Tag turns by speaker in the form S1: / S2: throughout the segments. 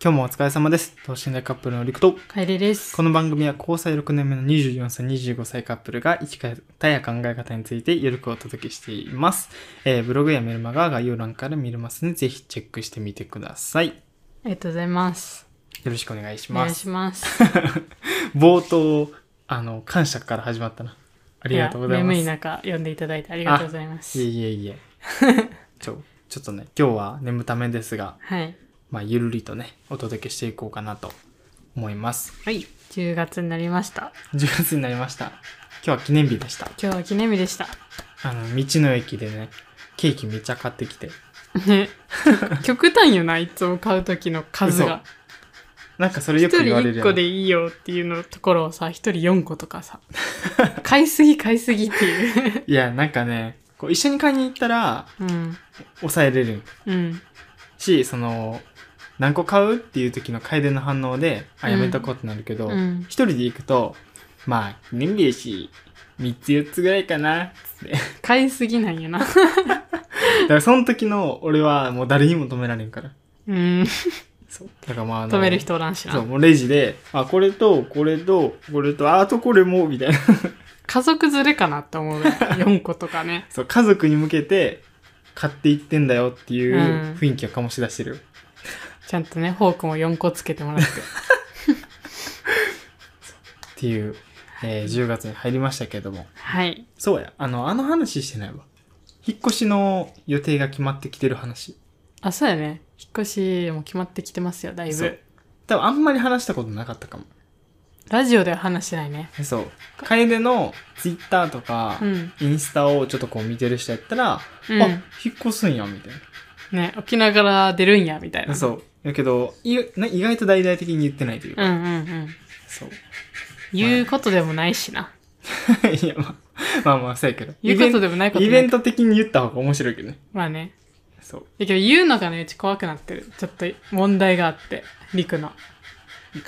S1: 今日もお疲れ様です。等身大カップルのりくと、
S2: カエレです。
S1: この番組は交際6年目の24歳、25歳カップルが生き方や考え方についてゆるくお届けしています。えーブログやメルマガ概要欄から見れますので、ぜひチェックしてみてください。よ
S2: ありがとうございます。
S1: ろしくお願いし
S2: お願
S1: ま
S2: い
S1: す。
S2: します。あ
S1: 冒頭、あの、感謝から始まったな。ありがとうございます。
S2: 眠い中、読んでいただいてありがとうございます。
S1: いえいえい え。ちょ、ちょっとね、今日は眠ためですが、
S2: はい。
S1: まあ、ゆるりとね、お届けしていこうかなと思います。
S2: はい。10月になりました。
S1: 10月になりました。今日は記念日でした。
S2: 今日は記念日でした。
S1: あの、道の駅でね、ケーキめっちゃ買ってきて。
S2: ね。極端よな、いつも買う時の数が。
S1: なんかそれ
S2: 一
S1: よく
S2: 人
S1: 言われる
S2: 一個
S1: よ
S2: で
S1: ね。
S2: いいよっていうのところをさ、一人四個とかさ。 買いすぎ買いすぎって いう。
S1: いや、なんかね、こう一緒に買いに行ったら
S2: うん。
S1: 抑えれる
S2: うん。
S1: し、その、何個買うっていう時の楓の反応で、あ、
S2: うん
S1: やめとこうってなるけど、一、
S2: うん
S1: 人で行くと、まあ、記念日やし、3つ4つぐらいかな、つって。
S2: 買いすぎなんやな。
S1: だからその時の俺はもう誰にも止められんから。
S2: うん。
S1: そう。だからまああの、
S2: 止める人おらんし
S1: そう、
S2: な。
S1: もうレジで、あ、これと、これと、これと、ああとこれも、みたいな。
S2: 家族連れかなって思うぐらい。4個とかね。
S1: そう、家族に向けて買っていってんだよっていう
S2: うん
S1: 雰囲気を醸し出してるよ。
S2: ちゃんとね、フォークも4個つけてもらって。
S1: っていう、えー10月に入りましたけども。
S2: はい。
S1: そうや、あの、あの話してないわ。引っ越しの予定が決まってきてる話。
S2: あ、そうやね。引っ越しも決まってきてますよ、だい
S1: そう
S2: ぶ。
S1: 多分あんまり話したことなかったかも。
S2: ラジオでは話してないね。
S1: そう。楓のツイッターとか
S2: う、ん。
S1: インスタをちょっとこう見てる人やったら、
S2: うん
S1: あ、引っ越すんや、みたい
S2: ね、沖縄から出るんや、みたいな。
S1: な。そう。やけど、いな意外と大々的に言ってないという
S2: う
S1: か。
S2: んうんうん。
S1: そう。
S2: 言うことでもないしな。
S1: いや、まあ、まあまあ、そうやけど。
S2: 言うことでもないこと
S1: イ
S2: も
S1: ベント的に言った方が面白いけどね。
S2: まあね。
S1: そう。
S2: だけど言うのがね、うち怖くなってる。ちょっと問題があって。リクの。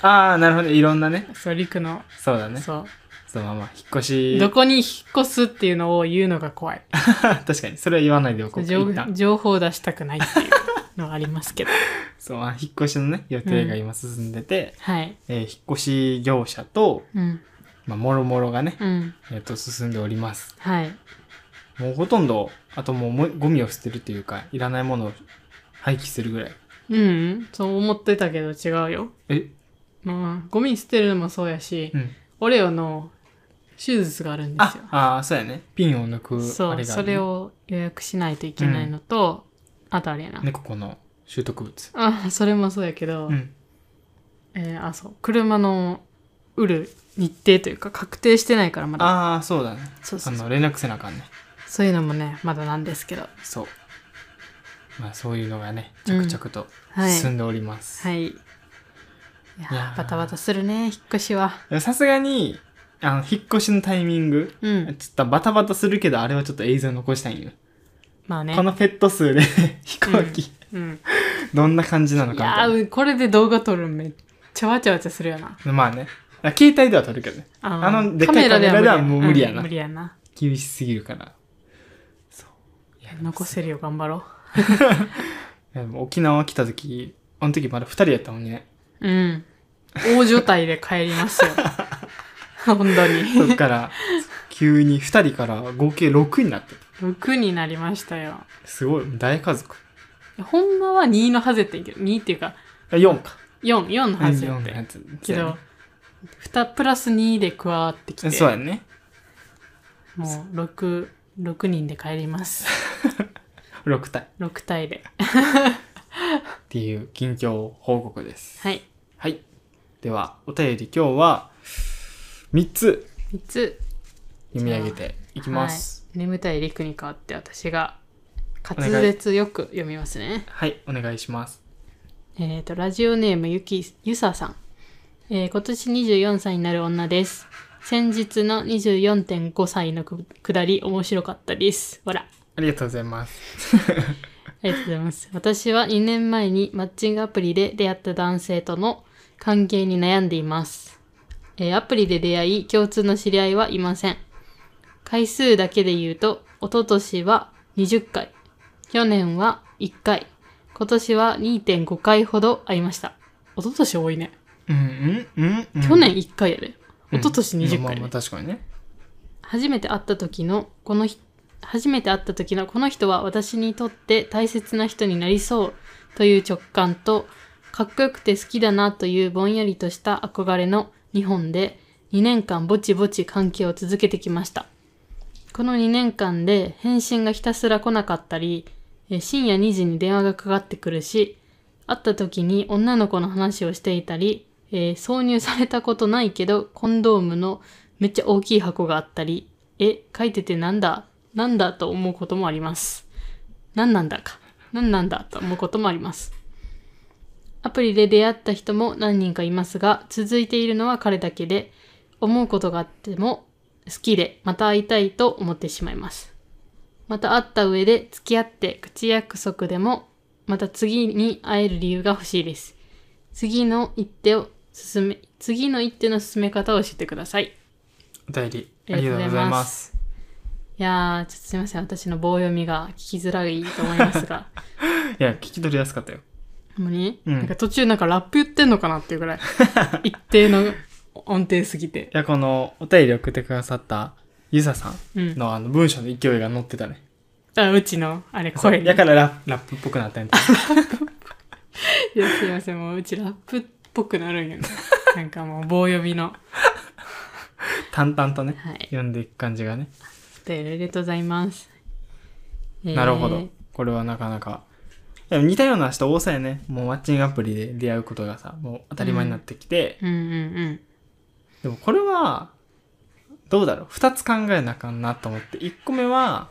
S1: ああ、なるほど。いろんなね。
S2: そう、リクの。
S1: そうだね。そう
S2: そ
S1: まあまあ、引っ越
S2: う。
S1: し。
S2: どこに引っ越すっていうのを言うのが怖い。
S1: 確かに。それは言わないでおこう。
S2: 情
S1: 一旦。
S2: 情報を出したくないっていうのがあります けど。
S1: そう、まあ、引っ越しのね、予定が今進んでて、
S2: はい。
S1: えー引っ越し業者と、
S2: うん。
S1: まあ、もろもろがね、
S2: うん。
S1: えっ、と、進んでおります。
S2: はい。
S1: もうほとんど、あともうもゴミを捨てるというか、いらないものを廃棄するぐらい。
S2: うん、そう思ってたけど違うよ。
S1: え
S2: まあ、ゴミ捨てるのもそうやし、
S1: うん。
S2: オレオの手術があるんで
S1: あ、あーそうやね。ピンを抜く、
S2: すよ。そ
S1: あれ
S2: う、
S1: があ
S2: そ
S1: るね
S2: れを予約しないといけないのと、あとあれやな。
S1: 猫子の習得物。
S2: あ、それもそうやけど、
S1: うん。
S2: えーあ、そう、車の売る日程というか確定してないからまだ。
S1: ああ、そうだね。
S2: そうそ
S1: あ
S2: うそう
S1: の、連絡せなあかんね。
S2: そういうのもね、まだなんですけど。
S1: そう。まあ、そういうのがね、
S2: う
S1: 着
S2: ん
S1: 々と
S2: はい
S1: 進んでおります。
S2: はい。いや
S1: いやー
S2: バタバタするね、引っ越しは。
S1: さすがに、あの、引っ越しのタイミング、
S2: うん。
S1: ちょっとバタバタするけど、あれはちょっと映像残したいんよ。
S2: まあね
S1: こ。のペット数で 飛行機、
S2: うん。
S1: どんな感じなの
S2: い
S1: かみ
S2: や
S1: たい
S2: ー、これで動画撮るんめっちゃわちゃわちゃするよな。
S1: な。まあね。だから携帯では撮るけどね。
S2: あ
S1: あのでっかいカメラではもう無理やな
S2: 無理やな。
S1: 厳しすぎるから。そう。いや
S2: 残せるよ、頑張ろ
S1: いやでも沖縄来た時、あの時まだ二人やったもんね。
S2: う。うん。大所帯で帰りますよ。 本当
S1: そっ
S2: に。
S1: から、 急に二人から合計6になって。
S2: 6になりましたよ。
S1: すごい、大家族。
S2: ほんまは2のはずやってんけど、2っていうか、
S1: あ4か。
S2: 4、4のはずやっ
S1: 4
S2: てん
S1: やつ。
S2: け
S1: そうや
S2: ど
S1: ね、
S2: 2プラス2で加わってきて、
S1: そうやね。
S2: もう6、6人で帰ります。
S1: 6体っ
S2: 6体で。
S1: ていう近況報告です。
S2: はい。
S1: はい。では、お便り今日は3つ
S2: 3つ。
S1: 読み上げていきます。
S2: はい、眠たい陸に代わって私が
S1: 願
S2: 滑
S1: い
S2: 舌よく読みますね。
S1: はい、お願いします。
S2: えー、と、ラジオネームゆき、ゆささん。えー今年24歳になる女です。先日の24.5歳のくくだり、面白かったです。ほら。
S1: ありがとうございます。
S2: ありがとうございます。私は2年前にマッチングアプリで出会った男性との関係に悩んでいます。えーアプリで出会い、共通の知り合いはいません。回数だけで言うと、一昨年は20回、去年は1回、今年は2.5回ほど会いました。一昨年多いね。
S1: うんうんうん、うん、
S2: 去年1回やで。
S1: うん
S2: 一昨年20
S1: まあ
S2: 回
S1: まあ
S2: ね。
S1: 確かにね
S2: 初めて会った時のこの人初めて会った時のこの人は私にとって大切な人になりそうという直感とかっこよくて好きだなというぼんやりとした憧れの2本で2年間ぼちぼち関係を続けてきましたこの2年間で返信がひたすら来なかったりえ深夜2時に電話がかかってくるし会った時に女の子の話をしていたり、えー挿入されたことないけどコンドームのめっちゃ大きい箱があったりえ書いててなんだなんだと思うこともあります何なんだか何なんだと思うこともありますアプリで出会った人も何人かいますが続いているのは彼だけで思うことがあっても好きでまた会いたいと思ってしまいますまた会った上で付き合って口約束でもまた次に会える理由が欲しいです次の一手を進め次の一手の進め方を教えてください
S1: お便りあ
S2: あり
S1: り
S2: が
S1: がと
S2: とう
S1: うご
S2: ござ
S1: ざ
S2: い
S1: い
S2: ま
S1: ます
S2: いやー、ちょっとすいません。私の棒読みが聞きづらいと思いま すが。
S1: いや聞き取りやすかったよ
S2: でもね、
S1: うん
S2: なんか途中なんかラップ言ってんのかなっていうぐらい、 一定の音程すぎて。
S1: いやこのお便り送ってくださったゆささ
S2: うんん。
S1: のあの文章の勢いが乗ってたね
S2: あうちの、あれ、声に。い
S1: だ
S2: や、
S1: からララップっぽくなったんやて
S2: すいません。もううちラップっぽくなる んよね。なんかもう棒読みの。
S1: 淡々とね
S2: はい。
S1: 読んでいく感じがね
S2: で、ありがとうございます。えー
S1: なるほど。これはなかなか。でも似たような人多さやね。もうマッチングアプリで出会うことがさ、もう当たり前になってきて。
S2: うんうんうん。
S1: でもこれは、どうだろう。二つ考えなあかんなと思って。一個目は、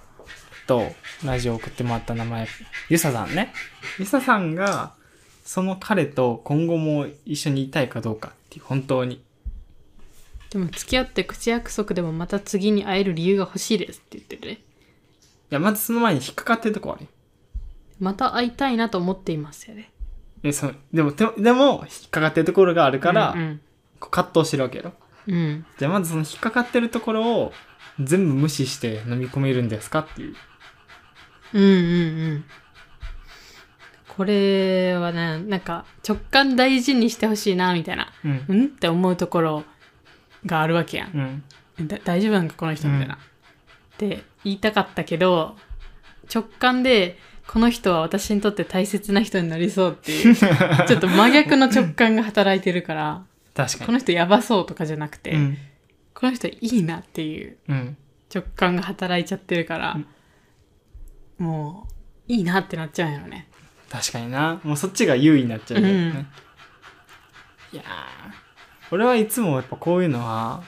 S1: と、ラジオ送ってもらった名前、ゆささんね。ゆささんが、その彼と今後も一緒にいたいかどうかっていう、本当に。
S2: でも、付き合って口約束でもまた次に会える理由が欲しいですって言ってるね。
S1: いや、まずその前に引っかかってるとこはね。
S2: また会いたいなと思っていますよね。
S1: でそのでも、でもでも引っかかってるところがあるから、
S2: うん
S1: こう葛藤してるわけやろ。
S2: うん、うん。
S1: じゃあまずその引っかかってるところを全部無視して飲み込めるんですかっていう。
S2: うんうんうん。これはね、なんか直感大事にしてほしいな、みたいな。
S1: うん
S2: う。んって思うところがあるわけやん。
S1: うん。
S2: だ大丈夫なんかこの人みたいな。って言いたかったけど、直感で、この人は私にとって大切な人になりそうっ ていう、ちょっと真逆の直感が働いてるから、
S1: 確かに。
S2: この人やばそうとかじゃなくて、
S1: うん。
S2: この人いいなっていう
S1: うん。
S2: 直感が働いちゃってるから、もういいなってなっちゃうんやろね。
S1: 確かにな。もうそっちが優位になっちゃうからね。いやー。俺はいつもやっぱこういうのは、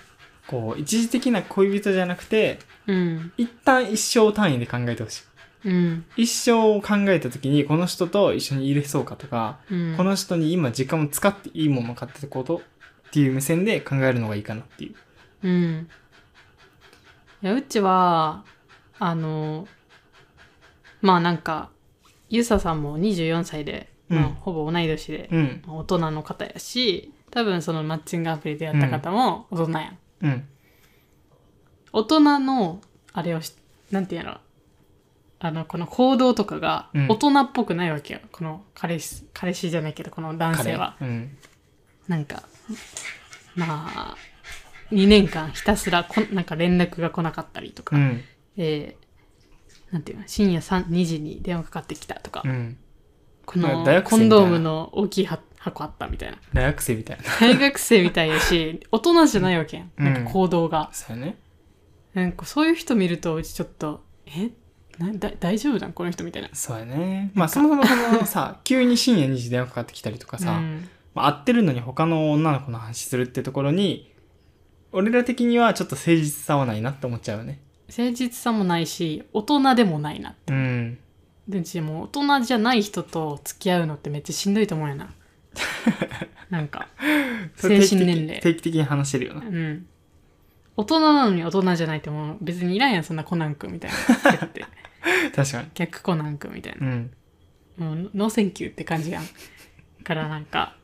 S1: こう、一時的な恋人じゃなくて、
S2: うん。
S1: 一旦一生単位で考えてほしい。
S2: うん。
S1: 一生を考えた時に、この人と一緒に入れそうかとか、
S2: うん
S1: この人に今時間を使っていいものを買ってことっていう目線で考えるのがいいかなっていう。
S2: うん。いや、うちは、あの、まあなんか、ゆささんも24歳で、
S1: うん
S2: まあほぼ同い年で、
S1: うん。
S2: まあ大人の方やし、多分そのマッチングアプリでやった方も大人やん。
S1: うん。
S2: 大人の、あれをし、なんていうんやろ、あの、この行動とかが
S1: うん
S2: 大人っぽくないわけよ。この彼氏、彼氏じゃないけど、この男性は。
S1: 彼。うん。
S2: なんか、まあ、2年間ひたすらこ、なんか連絡が来なかったりとか、
S1: うん。
S2: えーなんていうの、深夜3 2時に電話かかってきたとか、
S1: うん。
S2: こ
S1: なん
S2: の
S1: か大学
S2: コ
S1: 生みた
S2: ン
S1: いな
S2: ドームの大きいは箱あったみたいな。
S1: 大学生み たいな。
S2: 大学生みたいやし、大人じゃないわけやん。
S1: うん
S2: なんか行動が。
S1: そうやね。
S2: なんかそういう人見ると、うちちょっと、えなだ大丈夫なんこの人みたいな。
S1: そうやね。まあそもそもそのさ、急に深夜2時電話かかってきたりとかさ、
S2: うん
S1: まあ、会ってるのに他の女の子の話するってところに、俺ら的にはちょっと誠実さはないなって思っちゃうね。
S2: 誠実さもないし、大人でもないな。
S1: うん。
S2: でうちもう大人じゃない人と付き合うのってめっちゃしんどいと思う よななんか
S1: それ
S2: 精神年
S1: 定
S2: 齢
S1: 期的定期的に話してるよ
S2: う
S1: な。
S2: ん大人なのに大人じゃないってもう別にいらんやんそんなコナン君みた いな設定
S1: 確かに。
S2: 逆コナン君みたいな
S1: うん。
S2: もうノーセンキューって感じやんだからなんか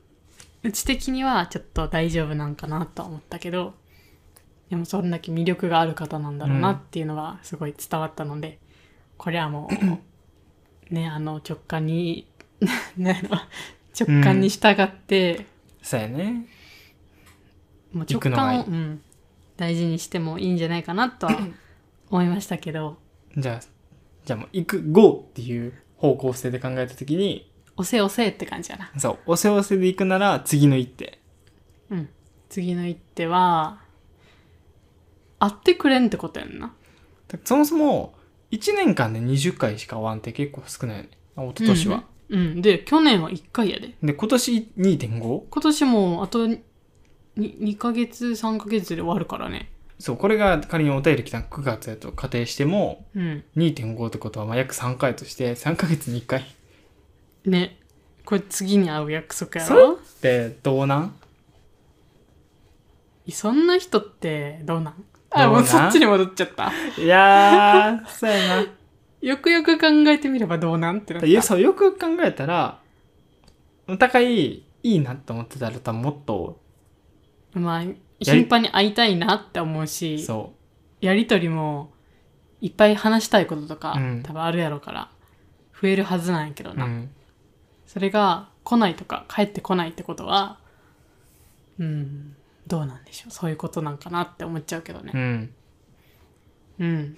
S2: うち的にはちょっと大丈夫なんかなとは思ったけどでもそんだけ魅力がある方なんだろうなっていうのはすごい伝わったので、 これはもうねあの直感にねあの直感に従って、
S1: そうやね。
S2: もう
S1: 行
S2: 直
S1: くのがい
S2: 感
S1: い
S2: を、うん、大事にしてもいいんじゃないかなとは思いましたけど
S1: じゃあ、じゃあもう行く、GO っていう方向性で考えたときに、
S2: 押せ押せって感じやな、
S1: そう、おせおせで行くなら次の一手。
S2: うん、次の一手は会ってくれんってことやんな
S1: だそもそも、1年間で20回しか会わんって結構少ないよね。あ一昨年は。
S2: うん、うんで去年は1回やで
S1: で、今年 2.5?
S2: 今年もあとに2ヶ月3ヶ月で終わるからね
S1: そう、これが仮にお便り来た9月やと仮定しても、
S2: うん
S1: 2.5ってことはまあ約3回として、3ヶ月に1回。
S2: ねこれ次に会う約束や
S1: それ
S2: ろ
S1: ってどうなん
S2: そんな人ってどうなん
S1: どうな
S2: あ
S1: ん
S2: もうそっちに戻っちゃった
S1: いやー、そうやな。
S2: よくよく考えてみればどうなんってなっ た
S1: いやそうよく考えたらお互いいいなって思ってたら多分もっと
S2: まあ
S1: り
S2: 頻繁に会いたいなって思うし
S1: そ
S2: やりとりもいっぱい話したいこととか、
S1: うん
S2: 多分あるやろから増えるはずなんやけど
S1: う、う
S2: な、
S1: ん、
S2: それが来ないとか帰ってこないってことはうんどうなんでしょうそういうことなんかなって思っちゃうけど
S1: う
S2: ね
S1: ん、
S2: うん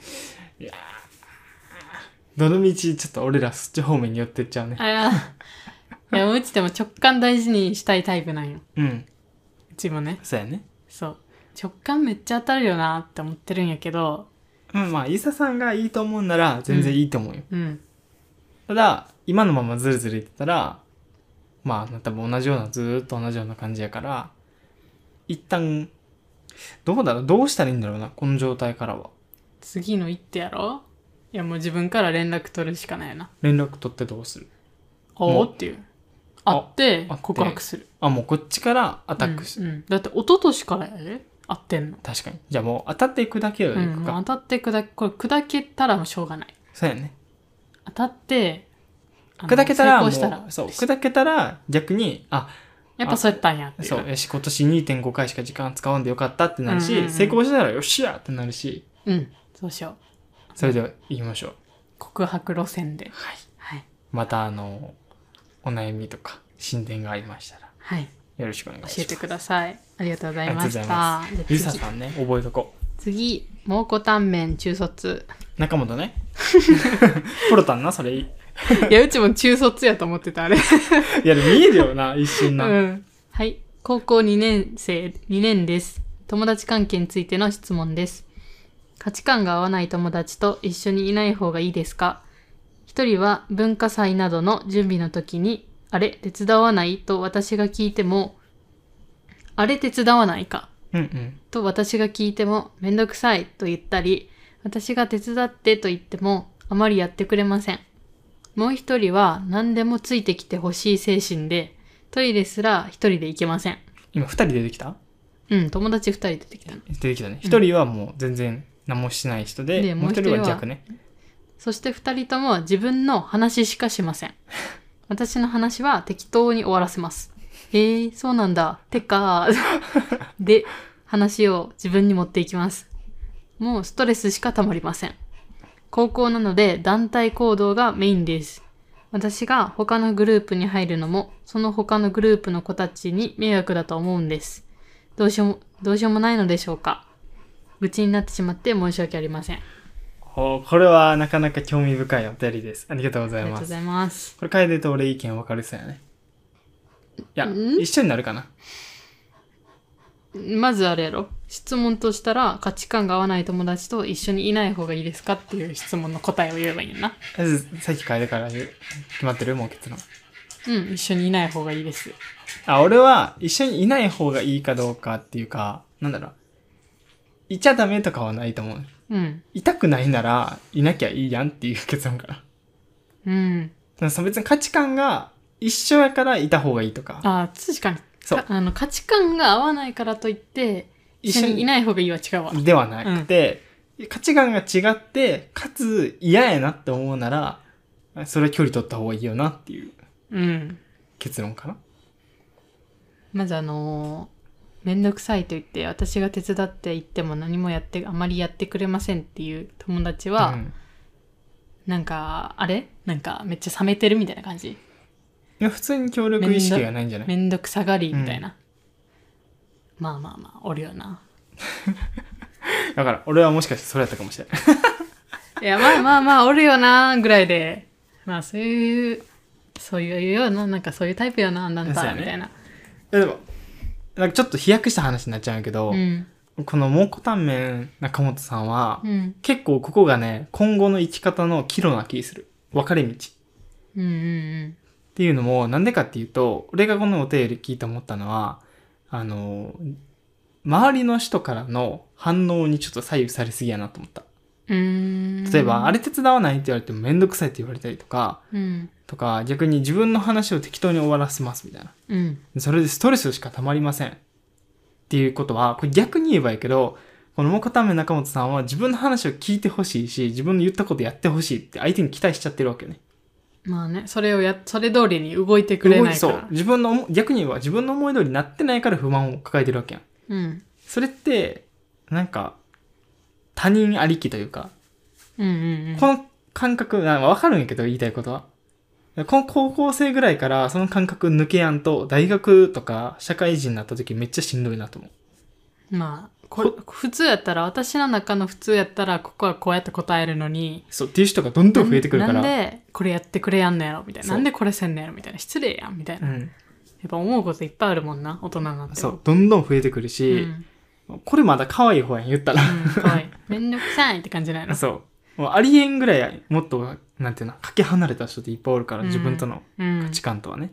S1: どの道ちょっと俺らそっち方面に寄ってっちゃうね
S2: あいやいやうちでも直感大事にしたいタイプなんよ
S1: うん
S2: うちもね
S1: そうやね
S2: そう直感めっちゃ当たるよなって思ってるんやけど
S1: うんまあ伊佐さんがいいと思うなら全然いいと思うよ、
S2: うん
S1: ただ今のままズルズルいってたらまあ多分同じようなずーっと同じような感じやから一旦どうだろうどうしたらいいんだろうなこの状態からは
S2: 次の一手やろいやもう自分から連絡取るしかないよな
S1: 連絡取ってどうする
S2: お
S1: も
S2: お
S1: う
S2: っていう
S1: あ
S2: 会って
S1: 会って
S2: 告白する
S1: あもうこっちからアタックし、
S2: うんうんだって一昨年からやで会ってんの
S1: 確かにじゃあもう当たっていくだけをい
S2: うん
S1: くか、
S2: もう当たって砕けこれ砕けたらもうしょうがない
S1: そうやね
S2: 当たってあの
S1: 砕けたら
S2: 成
S1: もう
S2: 功したら
S1: そう砕けたら逆にあ
S2: やっぱそうやったんやっていう
S1: そうよし今年2.5回しか時間使わんでよかったってなるし、
S2: うんうんうん
S1: 成功したらよっしゃってなるし
S2: うんそうしよう
S1: それではいきましょう
S2: 告白路線ではいはい、
S1: またあのお悩みとか進展がありましたら
S2: はい、
S1: よろしくお願いします
S2: 教えてくださいありがとうございました
S1: あ
S2: じゃあ
S1: ゆささんね覚えとこ
S2: 次蒙古タンメン中卒
S1: う中本ね プロタンなそれい
S2: いやうちも中卒やと思ってたあれ
S1: やでも見えるよな一瞬な、
S2: うん、はい高校2年生2年です友達関係についての質問です価値観が合わない友達と一緒にいない方がいいですか一人は文化祭などの準備の時にあれ手伝わないと私が聞いてもあれ手伝わないか
S1: うんうん
S2: と私が聞いてもめんどくさいと言ったり私が手伝ってと言ってもあまりやってくれませんもう一人は何でもついてきてほしい精神でトイレすら一人で行けません
S1: 今2人出てきた
S2: うん友達二人出てきたの
S1: 出てきたね
S2: うん
S1: 一人はもう全然何もしない人で、
S2: で
S1: もう一人
S2: も
S1: は
S2: う一人は
S1: 弱ね
S2: そして二人とも自分の話しかしません私の話は適当に終わらせますへえー、そうなんだてかで話を自分に持っていきますもうストレスしかたまりません高校なので団体行動がメインです私が他のグループに入るのもその他のグループの子たちに迷惑だと思うんですどうしようもどうしようもないのでしょうか愚痴になってしまって申し訳ありませんあ
S1: ほうこれはなかなか興味深いお便りですありがとうござ
S2: り
S1: い
S2: がと
S1: ま
S2: うご
S1: す
S2: ざいます
S1: これ楓と俺意見分かれそうやねいや
S2: ん
S1: 一緒になるかな
S2: まずあれやろ質問としたら価値観が合わない友達と一緒にいない方がいいですかっていう質問の答えを言えばいいんやな
S1: まずさっき楓から言う決まってるもう結論
S2: うん一緒にいない方がいいです
S1: あ俺は一緒にいない方がいいかどうかっていうかなんだろういちゃダメとかはないと思う
S2: うん
S1: 痛くないならいなきゃいいやんっていう結論かなだか
S2: うん
S1: らその別に価値観が一緒やからいた方がいいとか
S2: あ確かに
S1: そう
S2: かあの価値観が合わないからといって一緒にいない方がいいは違うわ
S1: ではなくて、価値観が違って、かつ嫌やなって思うなら、それは距離取った方がいいよなっていう
S2: うん
S1: 結論かな。
S2: まずあのー、めんどくさいと言って私が手伝って行っても何もやってあまりやってくれませんっていう友達は、
S1: うん
S2: なんかあれなんかめっちゃ冷めてるみたいな感じ
S1: いや普通に協力意識がないんじゃない
S2: めんどくさがりみたいな、まあまあまあおるよな
S1: だから俺はもしかしてそれやったかもしれない
S2: いやまあまあまあおるよなぐらいでまあそういうそういうようななんかそういうタイプよなあんなん
S1: そうや
S2: さ、
S1: ね
S2: みたいな
S1: でもなんかちょっと飛躍した話になっちゃうんやけど、
S2: うん
S1: この蒙古タンメン中本さんは、
S2: うん
S1: 結構ここがね今後の生き方の岐路な気する分かれ道
S2: うんうん
S1: っていうのも、なんでかっていうと、俺がこのお便り聞いて思ったのは、あの、周りの人からの反応にちょっと左右されすぎやなと思った。
S2: うんうーん
S1: 例えば、あれ手伝わないって言われてもめんどくさいって言われたりとか、
S2: うん
S1: とか、逆に自分の話を適当に終わらせますみたいな。
S2: うん
S1: それでストレスしか溜まりません。っていうことは、これ逆に言えばいいけど、このモコタメ中本さんは自分の話を聞いてほしいし、自分の言ったことやってほしいって相手に期待しちゃってるわけよね。
S2: まあねそれをやそれ通りに動いてくれないか
S1: そう
S2: ら
S1: 自分の思逆に言えば自分の思い通りになってないから不満を抱えてるわけやん
S2: うん
S1: それってなんか他人ありきというか、
S2: うんうん
S1: この感覚なんか分かるんやけど言いたいことはこの高校生ぐらいからその感覚抜けやんと大学とか社会人になった時めっちゃしんどいなと思う
S2: うんまあこれ普通やったら私の中の普通やったらここはこうやって答えるのに
S1: そうっていう人がどんどん増えてくるから
S2: なんでこれやってくれやんのやろみたいな
S1: そう
S2: なんでこれせんのやろみたいな失礼やんみたいな、や
S1: うん、
S2: っぱ思うこといっぱいあるもんな大人になっても
S1: そうどんどん増えてくる
S2: う
S1: し、
S2: ん、
S1: これまだ可愛い方やん言ったら、
S2: うん、かわ いいめんどくさいって感じないの
S1: そうもうありえんぐらいもっとなんていうのかけ離れた人っていっぱいおるから、自分との
S2: うん
S1: 価値観とはね、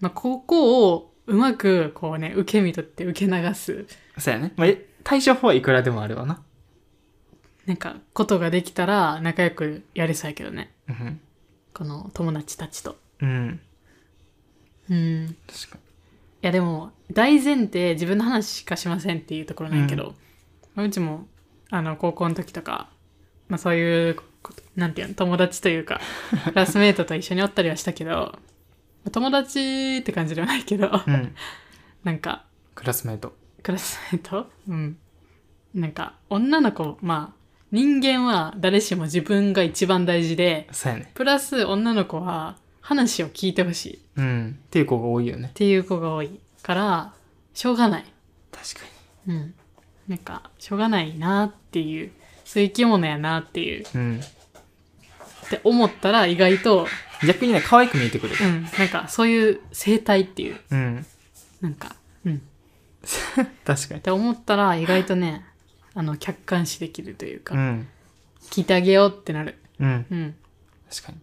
S2: まあ、ここをうまくこうね受け身取って受け流す
S1: そうやね、まあ、え対処法はいくらでもあるわな、
S2: なんかことができたら仲良くやりそうやけどね
S1: うん、
S2: この友達たちと
S1: うん、
S2: うんい
S1: 確か
S2: やでも大前提自分の話しかしませんっていうところなんやけど、まあうちもあの高校の時とか、まあ、そういうことなんていうの友達という かクラスメートと一緒におったりはしたけどまあ友達って感じではないけ ど
S1: に、うん、
S2: なんか
S1: クラスメート
S2: クラスメートうんなんか女の子まあ人間は誰しも自分が一番大事で
S1: そうやね
S2: プラス女の子は話を聞いてほしいっ
S1: うんっていう子が多いよね
S2: ていう子が多いからしょうがない
S1: 確か
S2: うんなんかしょうがないなっていうそういう生き物やなっていうっ
S1: に、うん、
S2: て思ったら意外と
S1: 逆にね可愛く見えてくる
S2: うんなんかそういう生態っていう
S1: うん、
S2: なんかうんっ
S1: 確かに
S2: て思ったら意外とねあの客観視できるというか、
S1: うん
S2: 聞いてあげようってなる
S1: うん
S2: うん
S1: 確かに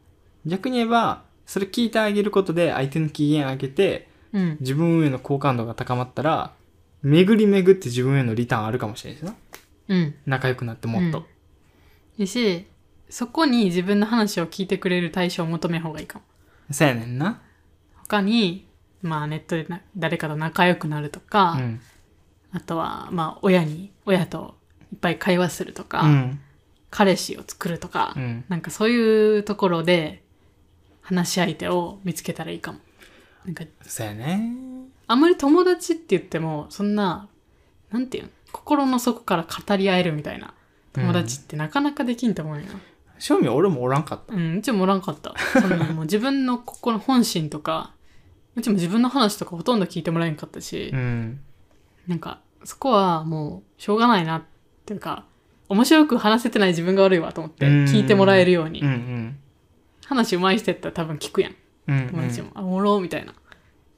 S1: 逆に言えばそれ聞いてあげることで相手の機嫌上げて
S2: うん
S1: 自分への好感度が高まったら巡り巡って自分へのリターンあるかもしれないしな
S2: うん
S1: 仲良くなってもっと、
S2: だしそこに自分の話を聞いてくれる対象を求めん方がいいかも
S1: そうやねんな
S2: 他にまあネットでな誰かと仲良くなるとか、
S1: うん
S2: あとはまあ親に親といっぱい会話するとか、
S1: うん
S2: 彼氏を作るとか、
S1: うん
S2: なんかそういうところで話し相手を見つけたらいいかもなんか
S1: そうやね
S2: あんまり友達って言ってもそんななんていうの心の底から語り合えるみたいな友達ってなかなかできんと思うよ、
S1: 正味俺もおらんかった
S2: うん、うちもおらんかった。そんなもう自分の心、本心とか、うちも自分の話とかほとんど聞いてもらえんかったし、
S1: うん
S2: なんか、そこはもう、しょうがないな、っていうか、面白く話せてない自分が悪いわと思って、
S1: うん
S2: 聞いてもらえるように。
S1: うん
S2: 話うまい人やったら多分聞くやん、
S1: うんうん
S2: 友達も。あ、おもろ、みたいな。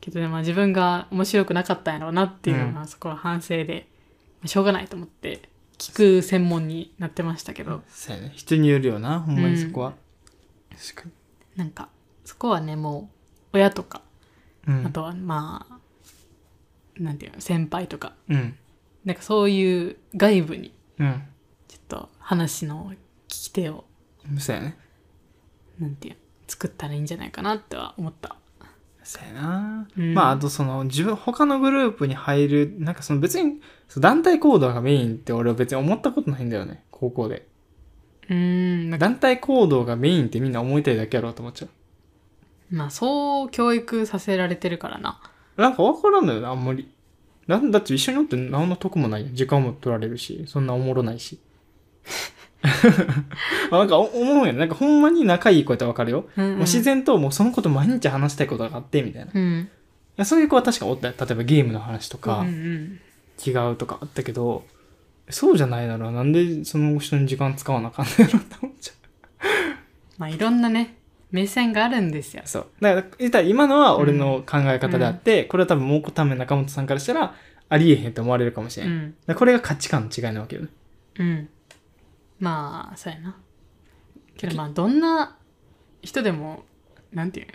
S2: けどね、まあ自分が面白くなかったんやろうなっていうのは、そこは反省で、まあしょうがないと思って、聞く専門になってましたけど、
S1: そうやね人によるよなほんまにそこは、確か
S2: なんか、そこはね、もう、親とか、
S1: に、うん、
S2: あとはまあなんていうの先輩とか
S1: うん
S2: なんかそういう外部に
S1: う
S2: ちょっと話の聞き手を
S1: んそうやね
S2: なんていうの作ったらいいんじゃないかなっては思った
S1: そうやな、
S2: うん
S1: まああとその自分他のグループに入るなんかその別にそう団体行動がメインって俺は別に思ったことないんだよね高校で
S2: うーんなんか
S1: 団体行動がメインってみんな思いたいだけやろうと思っちゃ
S2: まあそう教育させられてるからな
S1: うなんか分からんのよなあんまりなんだって一緒におって何の得もないやん時間も取られるしそんなおもろないし まあなんかお思うよね。なんかほんまに仲いい子やったらわかるよ。
S2: うんうん
S1: もう自然ともうその子と毎日話したいことがあって、みたいな。い
S2: うん
S1: やそういう子は確かおったよ。例えばゲームの話とか、
S2: うんうん
S1: 気が合うとかあったけど、そうじゃないだろう。なんでその人に時間使わなあかんのやろって思っちゃ
S2: まあいろんなね目線があるんですよ
S1: う。 そう。だから、言ったら今のは俺の考え方であって、これは多分もうため中本さんからしたら、ありえへんと思われるかもしれ。
S2: うん
S1: だから
S2: ん
S1: これが価値観の違いなわけよね。
S2: うんまあそうやなけどまあどんな人でもなんていうの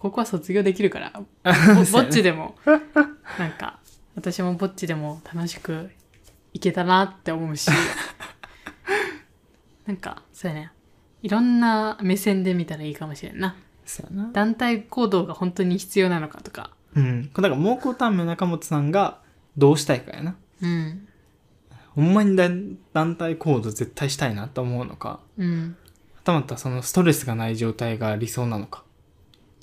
S2: ここは卒業できる からぼぼっちでもなんか私もぼっちでも楽しくいけたなって思 うしなんかそうやねいろんな目線で見たらいいかもしれんな
S1: そうやな。
S2: 団体行動が本当に必要なのかとか
S1: うん。だから、蒙古タンメ中本さんがどうしたいかやな。
S2: うん
S1: ほんまにだ団体行動絶対したいなと思うのか、
S2: うん
S1: はたまたそのストレスがない状態が理想なのか。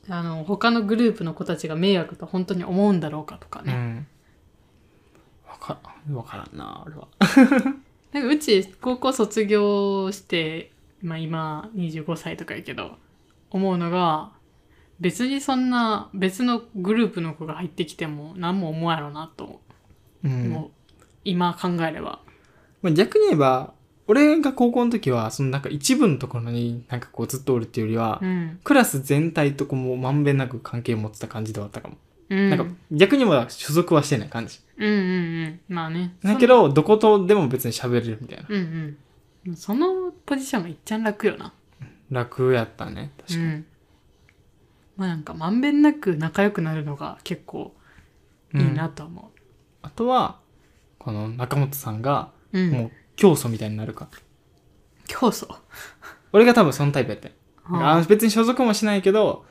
S2: あの他のグループの子たちが迷惑と本当に思うんだろうかとか
S1: う
S2: ね、
S1: ん。わからん、わからんな、俺は。
S2: なんかうち高校卒業して、まあ、今25歳とかやけど思うのが別にそんな別のグループの子が入ってきても何も思うやろなと
S1: う
S2: 思
S1: ん。
S2: う、今考えれば
S1: まあ、逆に言えば、俺が高校の時は、そのなんか一部のところになんかこうずっとおるっていうよりは、
S2: うん、
S1: クラス全体とこうもうまんべんなく関係を持ってた感じではあったかも。
S2: うん、
S1: なんか逆にも所属はしてない感じ。
S2: うんうんうんまあね
S1: だけど、どことでも別に喋れるみたいな。
S2: そのうんうんそのポジションがいっちゃん楽よな
S1: 楽やったね。確かに。
S2: うん、まあなんかまんべんなく仲良くなるのが結構いいなと思
S1: あとは、この中本さんが、
S2: う、うん
S1: もう教祖みたいになるか。
S2: 競争
S1: 俺が多分そのタイプやってん。あ
S2: あ
S1: の別に所属もしないけど、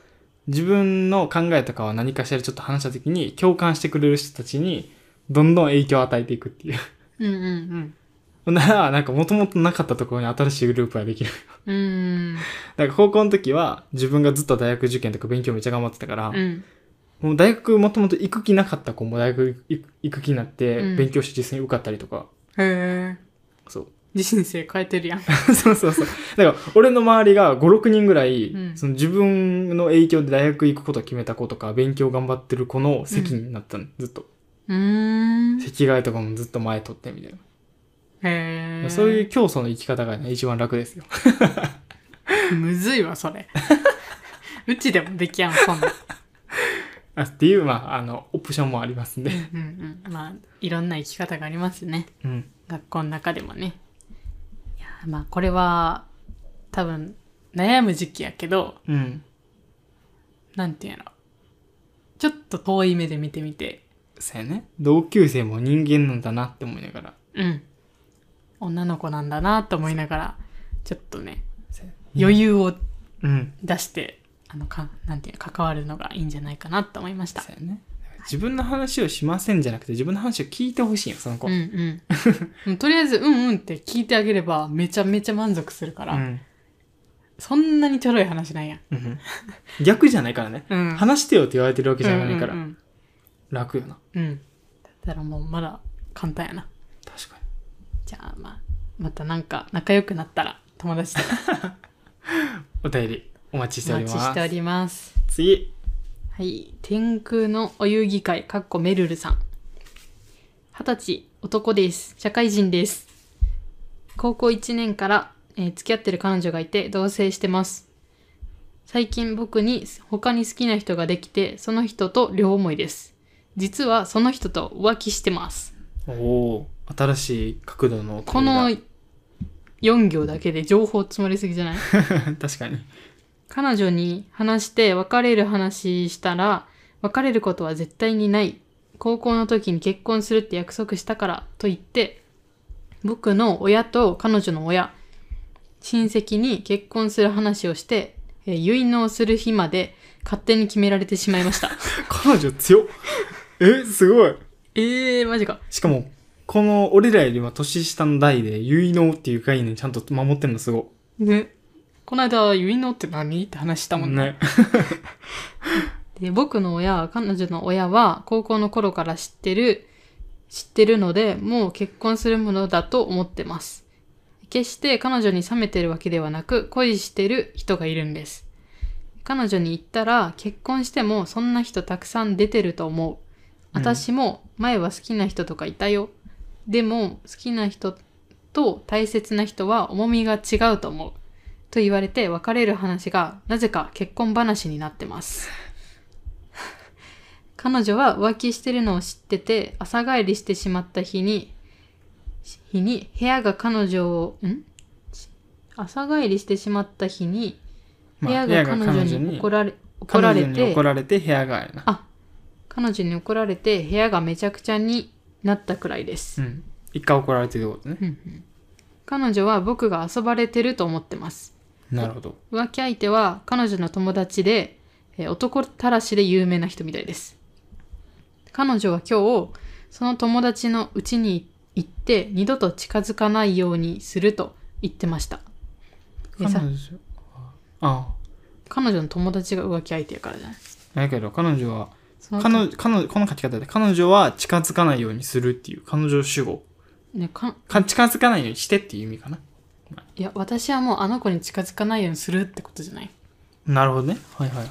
S1: 自分の考えとかは何かしらちょっと話した時に、共感してくれる人たちに、どんどん影響を与えていくっていう。
S2: うんうんうん
S1: ほ んなら、なんか元々なかったところに新しいグループができる。
S2: うーん
S1: だから高校の時は、自分がずっと大学受験とか勉強めっちゃ頑張ってたから、
S2: うん
S1: もう大学もともと行く気なかった子も大学行く行く気になって、
S2: うん
S1: 勉強して実際に受かったりとか、
S2: へえ
S1: そう。
S2: 人生変えてるやん
S1: そうそうそう。だから、俺の周りが5、6人ぐらい、
S2: うん
S1: その自分の影響で大学行くことを決めた子とか、勉強頑張ってる子の席になったの、ずっと。
S2: うーんへ
S1: 席替えとかもずっと前取ってみたいな。
S2: え
S1: そういう競争の生き方がね、一番楽ですよ。
S2: むずいわそれ うちでもできやんそんなん
S1: あっていう、まあ、あの、オプションもありますんで。
S2: うんうんまあいろんな生き方がありますね
S1: うん。
S2: 学校の中でもねいやーまあこれは多分悩む時期やけど
S1: うん。
S2: なんていうのちょっと遠い目で見てみて
S1: そうやね。同級生も人間なんだなって思いながら。
S2: うん女の子なんだなと思いながらちょっとね
S1: そうやね
S2: 余裕を
S1: うん。
S2: 出して、あのかなんていうの関わるのがいいんじゃないかなと思いました
S1: そうやね。自分の話をしませんじゃなくて、自分の話を聞いてほしいよ、その子。
S2: うんうん もうとりあえず「うんうん」って聞いてあげればめちゃめちゃ満足するから、
S1: うん
S2: そんなにちょろい話なんや
S1: うん 逆じゃないからね。
S2: うん
S1: 話してよって言われてるわけじゃないから、
S2: うんうん
S1: 楽よな
S2: うん、うんだったらもうまだ簡単やな
S1: 確か
S2: じゃあまあまたなんか仲良くなったら友達と
S1: にお便りお待ちして
S2: お
S1: おり
S2: 待
S1: ま
S2: ち
S1: す
S2: しております
S1: 次
S2: はい。天空のお遊戯会、かっこめるるさん。二十歳、男です。社会人です。高校1年から、えー付き合ってる彼女がいて、同棲してます。最近僕に他に好きな人ができて、その人と両思いです。実はその人と浮気してます。
S1: おおー新しい角度のお便りだ
S2: この
S1: 確
S2: 4行だけで情報詰まりすぎじゃない
S1: かに
S2: 彼女に話して別れる話したら別れることは絶対にない高校の時に結婚するって約束したからと言って僕の親と彼女の親親戚に結婚する話をして、えー結納する日まで勝手に決められてしまいました
S1: 彼女強っえすごい
S2: えー、マジか
S1: しかもこの俺らよりは年下の代で結納っていう概念ちゃんと守ってんのすご
S2: ねこの間結納って何って話した
S1: い
S2: もんね
S1: ね
S2: で僕の親彼女の親は高校の頃から知ってる知ってるのでもう結婚するものだと思ってます決して彼女に冷めてるわけではなく恋してる人がいるんです彼女に言ったら結婚してもそんな人たくさん出てると思う私も前は好きな人とかいたよ、でも好きな人と大切な人は重みが違うと思うと言われて別れる話がなぜか結婚話になってます彼女は浮気してるのを知ってて朝帰りしてしまった日に日に部屋が彼女をん朝帰りしてしまった日に部屋が彼女に怒
S1: ら
S2: られ怒
S1: 彼
S2: られ
S1: 女に
S2: て
S1: 怒られて部屋があるな。
S2: あ彼女に怒られて部屋がめちゃくちゃになったくらいで
S1: う
S2: す、
S1: ん。一回怒られてるってことね。
S2: うんうん彼女は僕が遊ばれてると思ってます
S1: なるほど。
S2: 浮気相手は彼女の友達で、えー男たらしで有名な人みたいです彼女は今日その友達の家に行って二度と近づかないようにすると言ってましたえ
S1: 彼
S2: さ
S1: 女あ
S2: 彼女の友達が浮気相手やからじゃない
S1: あ。だけど彼女は、
S2: その
S1: 彼女、彼女、この書き方で、彼女は近づかないようにするっていう、彼女主語。
S2: ねか
S1: か近づかないようにしてっていう意味かな。
S2: いや私はもうあの子に近づかないようにするってことじゃない
S1: なるほどね。はいはいはい。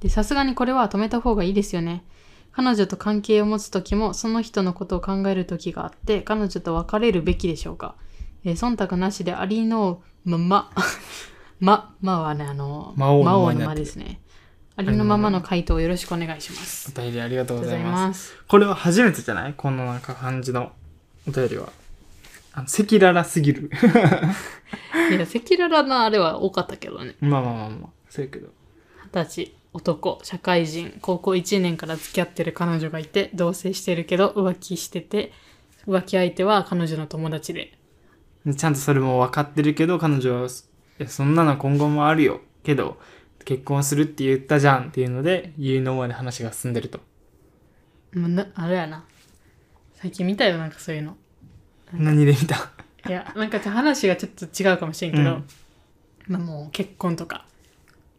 S2: でさすがにこれは止めた方がいいですよね彼女と関係を持つ時もその人のことを考える時があって彼女と別れるべきでしょうか、えー忖度なしでありのまま ままはねあの
S1: 魔王の
S2: 魔
S1: 魔
S2: 王
S1: に
S2: の
S1: な
S2: 間
S1: ってる
S2: ですねありのままの回答をよろしくお願いします
S1: お便りありがと
S2: あ
S1: う
S2: り
S1: ござ
S2: がとうござ
S1: い
S2: い
S1: ます。
S2: ます
S1: これは初めてじゃないこのなんか感じのお便りは。あの赤裸々すぎる。
S2: いや赤裸々なあれは多かったけどね
S1: まあまあまあまあ。そうやけど。
S2: 二十歳男社会人高校1年から付き合ってる彼女がいて同棲してるけど浮気してて浮気相手は彼女の友達で
S1: ちゃんとそれも分かってるけど、彼女は、いやそんなの今後もあるよ。けど、結婚するって言ったじゃんっていうので、言うのまで話が進んでると。
S2: もうなあれやな最近見たよなんかそうい うの
S1: 何で見た
S2: いやなんか話がちょっと違うかもしれんけど、
S1: うん
S2: まあもう結婚とか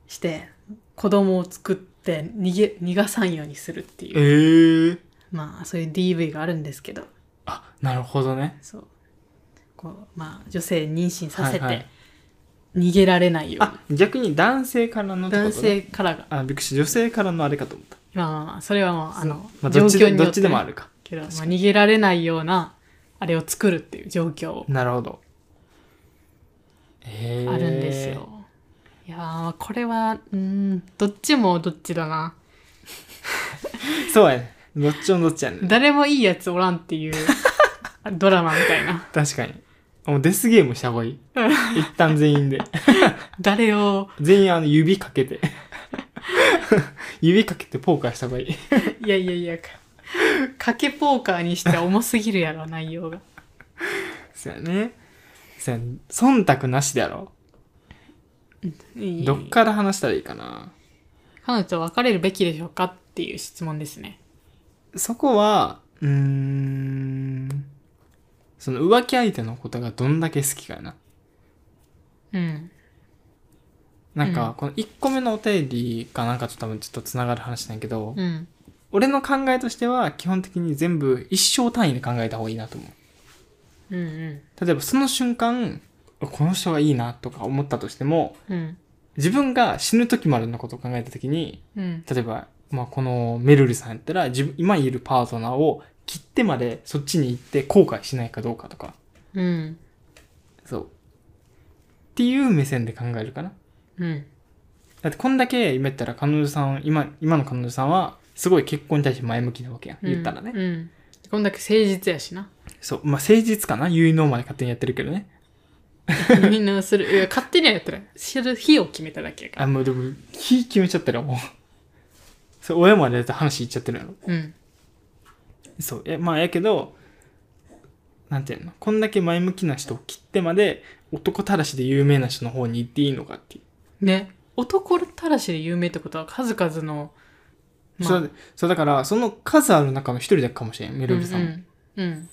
S2: して子供を作って逃げ逃がさんようにするっていう
S1: ええ
S2: まあそういう DV があるんですけど
S1: あ、なるほどね。
S2: そうこうまあ女性に妊娠させ
S1: はいは
S2: て
S1: い
S2: 逃げられないよう
S1: あ、
S2: に、
S1: 逆に男性からのってこと
S2: 男
S1: ね
S2: 性からが
S1: あ、びっくりした。女性からのあれかと思った。
S2: まあまあまあそれはもうあの、
S1: まあ、どっちで
S2: よ
S1: どっちでもあ
S2: る
S1: るか。
S2: けど、まあ、逃げられないようなあれを作るっていう状況を
S1: なるほど。ええ
S2: あるんですよ。。いやーこれはうんどっちもどっちだな
S1: そうやね。どっちもどっちやね。
S2: 誰もいいやつおらんっていう ドラマみたいな
S1: 確かに。もうデスゲームした方が いい。一旦全員で。
S2: 誰を
S1: 全員あの指か けて。指かけてポーカーした方がいい。
S2: いやいやいやか賭けポーカーにしては重すぎるやろ内容が
S1: そうやね。そうやね忖度なしでやろ。
S2: いい
S1: どっから話したらいいかな。
S2: 彼女と別れるべきでしょうかっていう質問ですね
S1: そこは、うーん、その浮気相手のことがどんだけ好きかやな。
S2: うん
S1: なん
S2: うん
S1: か、この1個目のお便りかなんかと多分ちょっとつながる話なんやけど、
S2: うん
S1: 俺の考えとしては基本的に全部一生単位で考えた方がいいなと思う。
S2: うんうん
S1: 例えばその瞬間、この人がいいなとか思ったとしても、
S2: うん
S1: 自分が死ぬ時までのことを考えた時に、
S2: うん
S1: 例えば、まあ、このめるるさんやったら自分今いるパートナーを切ってまでそっちに行って後悔しないかどうかとか
S2: うん
S1: そうっていう目線で考えるかな
S2: うん
S1: だってこんだけ今言ったら彼女さん今今の彼女さんはすごい結婚に対して前向きなわけやん言ったらね、
S2: うんこんだけ誠実やしな
S1: そうまあ誠実かな結納まで勝手にやってるけどね
S2: みんなするいや勝手にはやったら知る日を決めただけやから
S1: あもうでも日決めちゃったらもうそう親までだと話いっちゃってるやろ
S2: うん
S1: そうえまあやけどなんていうのこんだけ前向きな人を切ってまで男たらしで有名な人の方に行っていいのかっていう、
S2: ね男たらしで有名ってことは数々の、まあ
S1: そうそうだからその数ある中の一人だけかもしれんメルブさんは
S2: うん、うん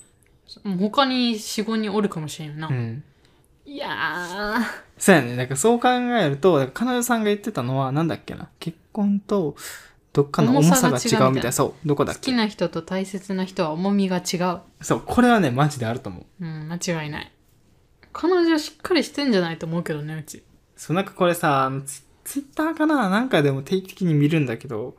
S2: うん他に45人おるかもしれんよな、
S1: うん、
S2: いや
S1: そうやねだからそう考えるとだから彼女さんが言ってたのはなんだっけな結婚とどっかの重さが違うみたいな
S2: 重さが違うみたいな
S1: そうどこだ
S2: ー
S1: っ
S2: 好き
S1: け
S2: な人と大切な人は重みが違う
S1: そうこれはねマジであると思う
S2: うん間違いない彼女しっかりしてんじゃないと思うけどね、うち。
S1: そう、なんかこれさ、あのツツイッターかななんかでも定期的に見るんだけど、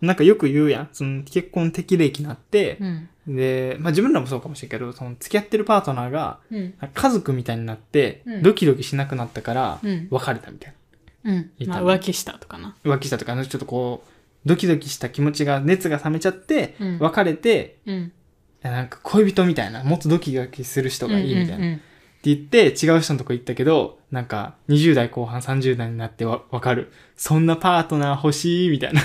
S1: なんかよく言うやん。その結婚適齢期になって、
S2: うん。
S1: で、まあ自分らもそうかもしれんけど、その付き合ってるパートナーが、
S2: うん。
S1: なんか家族みたいになって
S2: うん、
S1: ドキドキしなくなったから、
S2: うん。
S1: 別れたみたい
S2: うん。
S1: い
S2: ま
S1: た
S2: あ、
S1: ね
S2: 浮気したとかな。
S1: な。浮気したとか、あのちょっとこう、ドキドキした気持ちが、熱が冷めちゃって
S2: うん、
S1: 別れて、
S2: うん。
S1: なんか恋人みたいな、もっとドキドキする人がいいみたいな。
S2: うん
S1: っ
S2: う
S1: て
S2: ん
S1: 言って、違う人のとこ行ったけど、なんか、20代後半、30代になってわ、わかる。そんなパートナー欲しい、みたいな。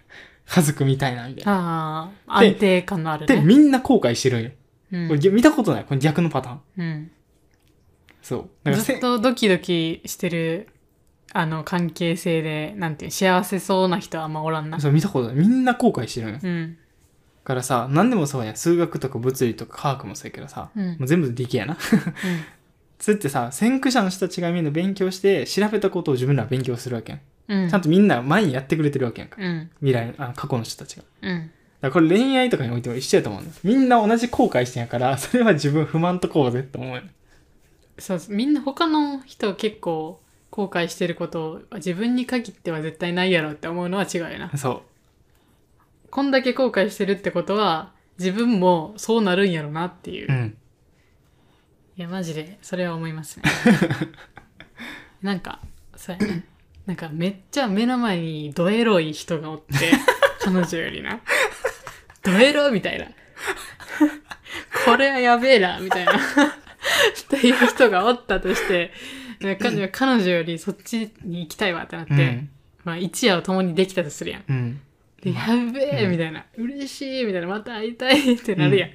S1: 家族みたいな、みたい
S2: うん。
S1: な。
S2: ああ、
S1: で
S2: 安定感のある
S1: で、
S2: ね。
S1: みんな後悔してるんよ。
S2: う
S1: これ
S2: ん
S1: ぎ見たことない。これ逆のパターン。
S2: うん。
S1: そう。なんか
S2: ず
S1: せ
S2: っとドキドキしてる、あの、関係性で、なんていう、幸せそうな人はあんまおらんな。
S1: そう、見たことない。みんな後悔してるんよ。
S2: うん。
S1: からさ、何でもそうやん。数学とか物理とか科学もそうやけどさ、
S2: うん
S1: もう全部理系やな。つってさ、先駆者の人たちがみんな勉強して、調べたことを自分らは勉強するわけやん。
S2: うん。
S1: ちゃん
S2: と。
S1: とみんな前にやってくれてるわけやんか。
S2: うん。
S1: 未来の、あの過去の人たちが。だか
S2: うん。
S1: らこれ恋愛とかにおいても一緒やと思うね。みんな同じ後悔してんやから、それは自分不満とこうぜって思うよ。
S2: そうそうみんな他の人結構後悔してることを自分に限っては絶対ないやろって思うのは違うよな
S1: そ
S2: こんだけ後悔してるってことは自分もそうなるんやろなっていう、
S1: う。う
S2: い
S1: ん。
S2: やマジでそれは思 いますねなんかそうやねなんかめっちゃ目の前にドエロい人がおって 彼女よりなドエロみたいなこれはやべえなみたいなっていう人がおったとしてなんか彼女は彼女よりそっちに行きたいわってなって、
S1: うん。
S2: まあ、一夜を共にできたとするやん。
S1: うん。
S2: で、やべえ
S1: うん
S2: みたいな、嬉しいみたいな、また会いたいってなるやん。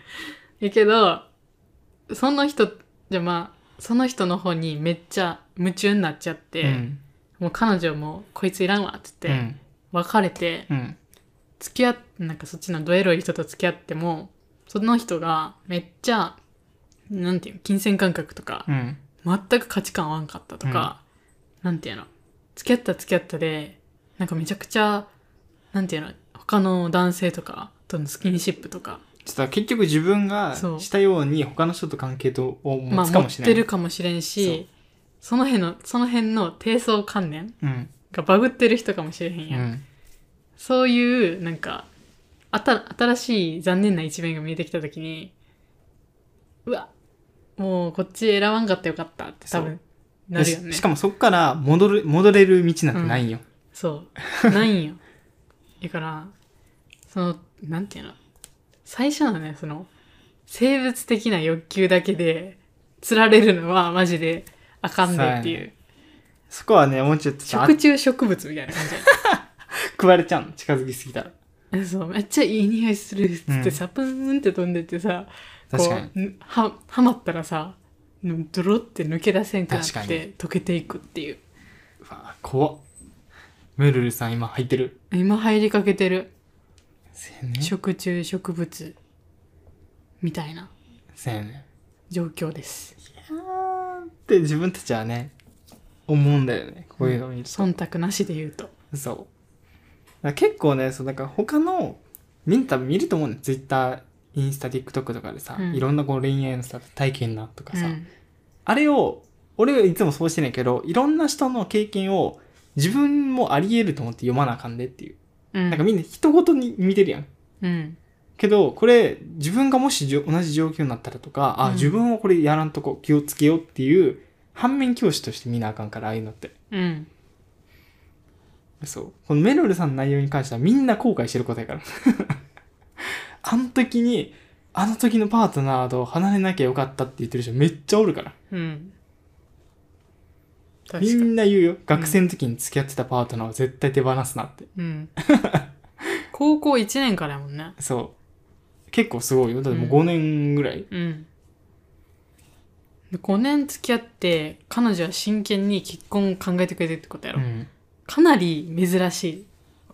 S2: やけど、その人、じゃあまあ、その人の方にめっちゃ夢中になっちゃって、
S1: うん。
S2: もう彼女もこいついらんわって
S1: う
S2: 言って、
S1: ん。
S2: 別れて、
S1: うん。
S2: 付き合っなんかそっちのドエロい人と付き合っても、その人がめっちゃ、なんていうの、金銭感覚とか、
S1: うん。
S2: 全く価値観合わんかったとか、なんていうの付き合った付き合ったでなんかめちゃくちゃなんていうの他の男性とかとのスキンシップとか、
S1: ちょっと結局自分が
S2: そう
S1: したように他の人と関係とを
S2: ま
S1: 持
S2: あ
S1: つか
S2: 持
S1: も
S2: っ
S1: しれ
S2: て
S1: ない。
S2: るかもしれんしその辺のその辺の低層観念
S1: うん。
S2: がバグってる人かもしれへん
S1: う
S2: やん、
S1: ん。
S2: そういうなんかあた新しい残念な一面が見えてきた時にうわもうこっち選ばんかったよかったって多分なるよね
S1: ししかもそっから戻る、戻れる道なんてないんよ。
S2: そう。ないんよ。 だから、その、なんていうの最初のね、その、生物的な欲求だけで、釣られるのはマジであかんでっていう。
S1: そこはね、もうちょっとさ
S2: 食虫植物みたいな感じや
S1: 食われちゃうの。近づきすぎたら。
S2: えそう、めっちゃいい匂いするっつっ
S1: う
S2: て
S1: ん
S2: さ、プーンって飛んでってさ、こ
S1: 確かに。
S2: う、んは、はまったらさ、ドロって抜け出せんくなっ
S1: 確か
S2: て
S1: に
S2: 溶けていくっていう。
S1: うわ怖っ。ムルルさん今入ってる。
S2: 今入りかけてる。
S1: せやね。
S2: 食虫植物、みたいな。
S1: せやね。
S2: 状況です。
S1: って自分たちはね、思うんだよね。こういうのを見ると。
S2: 忖度なしで言うと。
S1: そう。だから結構ね、そう、なんか他の、みんな多分見ると思うね。ツイッター、インスタ、TikTok とかでさ、
S2: うん
S1: いろんなこう恋愛のさ、体験談とかさ、
S2: うん
S1: あれを、俺はいつもそうしてんねんけど、いろんな人の経験を自分もあり得ると思って読まなあかんでっていう。
S2: うん
S1: なんかみんな人ごとに見てるやん。
S2: うん
S1: けど、これ、自分がもしじょ同じ状況になったらとか、
S2: うん
S1: あ、自分はこれやらんとこ気をつけようっていう、反面教師として見なあかんから、ああいうのって。
S2: うん
S1: そう。このメロルさんの内容に関してはみんな後悔してることやから。 あの時に、あの時のパートナーと離れなきゃよかったって言ってる人めっちゃおるから。
S2: うん確
S1: み
S2: かに
S1: んな言うよ。学生の時に付き合ってたパートナーは絶対手放すなって。
S2: うん 高校1年からやもんね
S1: そう。結構すごいよ。だってもう
S2: う
S1: 5年ぐらい。
S2: うん5年付き合って彼女は真剣に結婚を考えてくれてるってことやろ、
S1: ん。
S2: かなり珍し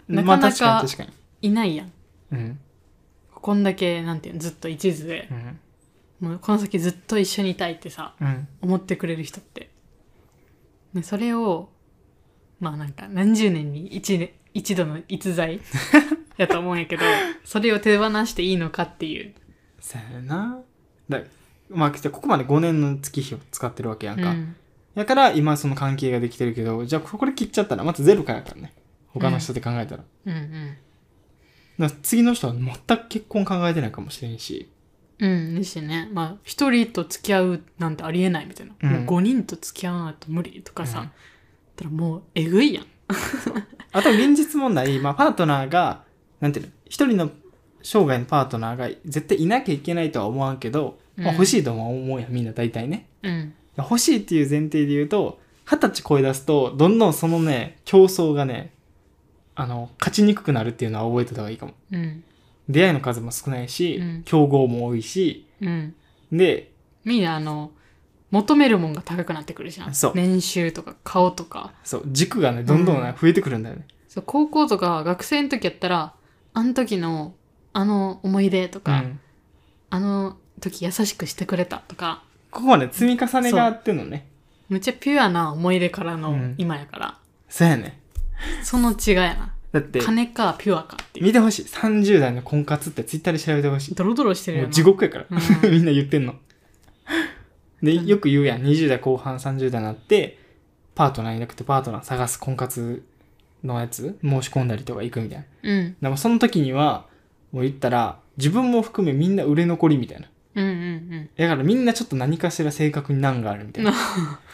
S2: な
S1: ま
S2: か
S1: あ
S2: な
S1: 確
S2: か
S1: かに確かに。
S2: いいないやん
S1: うん。
S2: こんだけなんていうのずっと一途で
S1: うん。
S2: もうこの先ずっと一緒にいたいってさ
S1: うん。
S2: 思ってくれる人って、ね、それをまあなんか何十年に一年一度の 逸材やと思うんやけどそれを手放していいのかっていう
S1: そやな。だまあ、ここまで5年の月日を使ってるわけやんか。
S2: うん
S1: だから今その関係ができてるけど、じゃあこれ切っちゃったらまたゼロからやからね。他の人で考えたら。
S2: うんうん
S1: だから次の人は全く結婚考えてないかもしれんし。
S2: うん、ですね。まあ、一人と付き合うなんてありえないみたいな。
S1: うん
S2: もう五人と付き合わないと無理とかさ。
S1: うん
S2: たらもう、えぐいやん。
S1: あと現実問題、まあパートナーが、なんていうの、一人の生涯のパートナーが絶対いなきゃいけないとは思わんけど、まあ
S2: うん
S1: 欲しいとは思うやん、みんな大体ね。
S2: うん。
S1: 欲しいっていう前提で言うと、二十歳超え出すと、どんどんそのね、競争がね、あの、勝ちにくくなるっていうのは覚えてた方がいいかも。
S2: うん。
S1: 出会いの数も少ないし、
S2: うん
S1: 競合も多いし、
S2: うん。
S1: で、
S2: みんな、あの、求めるもんが高くなってくるじゃん。
S1: そう
S2: 年収とか顔とか。
S1: そう、軸がね、どんどんね、
S2: うん
S1: 増えてくるんだよね。
S2: そう、高校とか学生の時やったら、あの時の、あの思い出と
S1: う
S2: か、
S1: ん。
S2: あの時優しくしてくれたとか、
S1: ここはね、積み重ねがあってのね。
S2: むっちゃピュアな思い出から
S1: う
S2: の
S1: ん
S2: 今やから、
S1: そうやね。
S2: その違いやな。
S1: だって、
S2: 金かピュアかっていう。
S1: 見てほしい。30代の婚活ってツイッターで調べてほしい。
S2: ドロドロしてるよ
S1: もう
S2: な。
S1: 地獄やから。
S2: う
S1: みんな言ってんの。で、
S2: うん
S1: よく言うやん。20代後半、30代になって、パートナーいなくてパートナー探す婚活のやつ、申し込んだりとか行くみたいな。
S2: うん。
S1: でもその時には、もう言ったら、自分も含めみんな売れ残りみたいな。
S2: うんうん
S1: だからみんなちょっと何かしら性格に難があるみた
S2: う
S1: い
S2: ん
S1: な。。